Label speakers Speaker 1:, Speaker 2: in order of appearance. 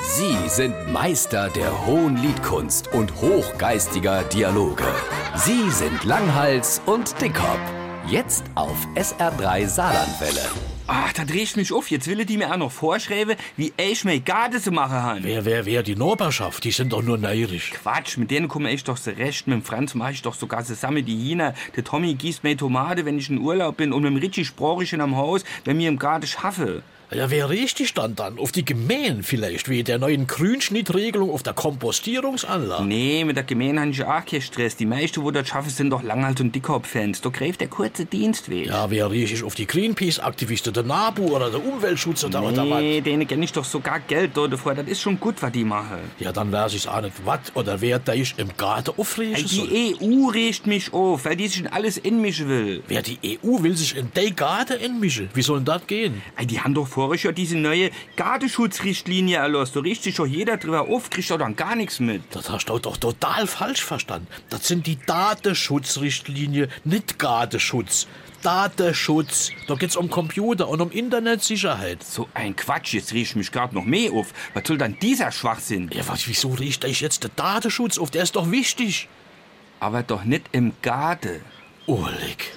Speaker 1: Sie sind Meister der hohen Liedkunst und hochgeistiger Dialoge. Sie sind Langhals und Dickhop. Jetzt auf SR3 Saarlandwelle.
Speaker 2: Ach, da dreh ich mich auf. Jetzt will die mir auch noch vorschreiben, wie ich mir Garde zu machen han.
Speaker 3: Wer, wer, wer, die Nachbarschaft, die sind doch nur neidisch.
Speaker 2: Quatsch, mit denen komme ich doch zurecht. Mit dem Franz mache ich doch sogar zusammen die Jena. Der Tommy gießt mir Tomate, wenn ich in Urlaub bin. Und mit dem Richie sprach ich in am Haus, wenn mir im Garde schaffe.
Speaker 3: Ja, wer richtig dann dann? Auf die Gemähen vielleicht, wie der neuen Grünschnittregelung auf der Kompostierungsanlage.
Speaker 2: Nee, mit der Gemeinde habe ich auch keinen Stress. Die meisten, wo das schaffen, sind doch Langhals- und Dickhop-Fans. Da greift der kurze Dienst weh.
Speaker 3: Ja, wer richtig auf die Greenpeace-Aktivisten, der NABU oder der Umweltschutzer da oder was?
Speaker 2: nee, denen gönn ich doch sogar Geld dort vor. Das ist schon gut, was die machen.
Speaker 3: Ja, dann weiß ich auch nicht, was oder wer da ich im Garten aufregen soll.
Speaker 2: Die EU riecht mich auf, weil die sich in alles in mich will.
Speaker 3: Wer die EU will sich in den Garten einmischen. Wie soll denn das gehen?
Speaker 2: Ey, Die haben doch vorher schon diese neue Gardeschutzrichtlinie erlassen. Da riecht sich schon jeder drüber auf, kriegt doch dann gar nichts mit.
Speaker 3: Das hast du doch total falsch verstanden. Das sind die Datenschutzrichtlinie, nicht Gardeschutz. Datenschutz. Da geht's um Computer und um Internetsicherheit.
Speaker 2: So ein Quatsch, jetzt riech ich mich gerade noch mehr auf. Was soll dann dieser Schwachsinn?
Speaker 3: Ja, was, wieso richte ich jetzt den Datenschutz auf? Der ist doch wichtig.
Speaker 2: Aber doch nicht im Garten.
Speaker 3: Oleg.